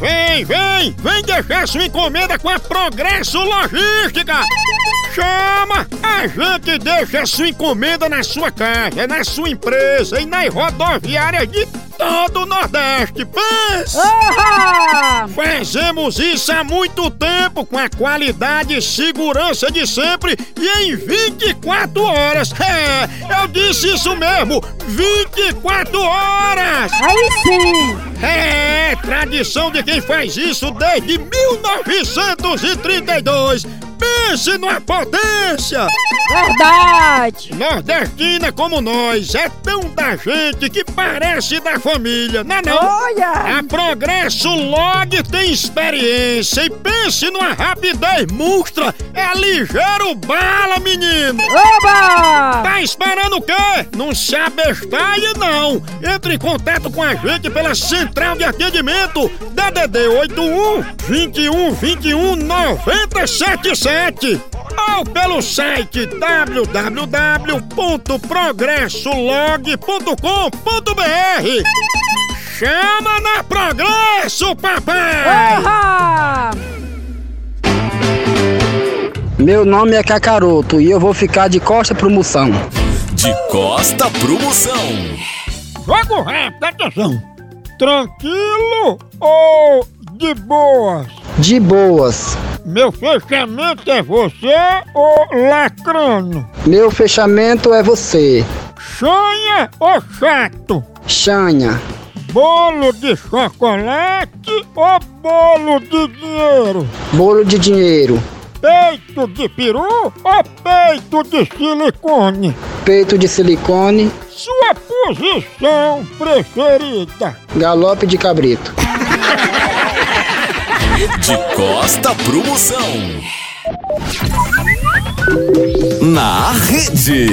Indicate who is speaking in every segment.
Speaker 1: vem, vem! Vem deixar sua encomenda com a Progresso Logística! Chama! A gente deixa sua encomenda na sua casa, na sua empresa e nas rodoviárias de todo o Nordeste! Pensa!
Speaker 2: Ahá!
Speaker 1: Fazemos isso há muito tempo com a qualidade e segurança de sempre e em 24 horas. É, eu disse isso mesmo, 24 horas.
Speaker 2: Aí sim!
Speaker 1: É, tradição de quem faz isso desde 1932. Pense numa potência!
Speaker 2: Verdade!
Speaker 1: Nordestina como nós é tão da gente que parece da família, não é não?
Speaker 2: Olha!
Speaker 1: A Progresso Log tem experiência e pense numa rapidez monstra. É ligeiro bala, menino.
Speaker 2: Oba!
Speaker 1: Tá esperando o quê? Não se abestalhe, não. Entre em contato com a gente pela central de atendimento DDD 81 21 21 977 ou pelo site www.progressolog.com.br Chama na Progresso, papai!
Speaker 2: Ahá!
Speaker 3: Meu nome é Cacaroto e eu vou ficar de costa pro Moção.
Speaker 4: De Costa pro Moção.
Speaker 1: Jogo rápido, atenção! Tranquilo ou de boas?
Speaker 3: De boas.
Speaker 1: Meu fechamento é você ou lacrano?
Speaker 3: Meu fechamento é você.
Speaker 1: Chanha ou chato?
Speaker 3: Xanha.
Speaker 1: Bolo de chocolate ou bolo de dinheiro?
Speaker 3: Bolo de dinheiro.
Speaker 1: Peito de peru ou peito de silicone?
Speaker 3: Peito de silicone.
Speaker 1: Sua posição preferida?
Speaker 3: Galope de cabrito.
Speaker 4: De Costa pro Moção. Na rede.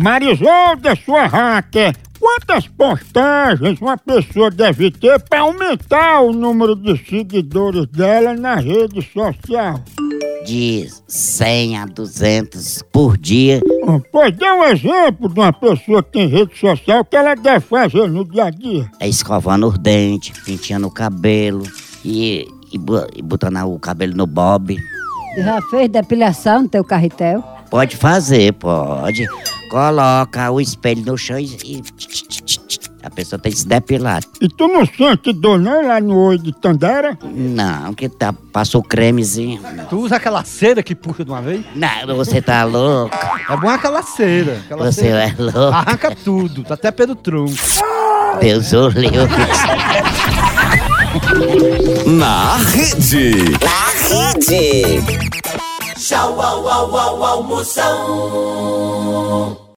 Speaker 1: Marisolda, sua hacker, quantas postagens uma pessoa deve ter para aumentar o número de seguidores dela na rede social?
Speaker 5: de 100 a 200 por dia.
Speaker 1: Ah, Pois dê um exemplo de uma pessoa que tem rede social que ela deve fazer no dia a dia.
Speaker 5: É escovando os dentes, penteando o cabelo e, e, bo- e botando o cabelo no bob.
Speaker 2: Tu Já fez depilação no teu carretel?
Speaker 5: Pode fazer, pode. Coloca o espelho no chão e. e tch, tch, tch, tch, tch. A pessoa tem que se depilar.
Speaker 1: E tu não sente dor não lá no olho de Tandera?
Speaker 5: Não, que tá, passa o cremezinho.
Speaker 6: Tu usa aquela cera que puxa de uma vez?
Speaker 5: Não, você tá louco.
Speaker 6: É bom aquela cera. Aquela
Speaker 5: Você
Speaker 6: cera.
Speaker 5: é louco.
Speaker 6: Arranca tudo, tá até pelo tronco.
Speaker 5: Deus o livre.
Speaker 4: Na rede.
Speaker 7: Tchau, au, au, au, almoção.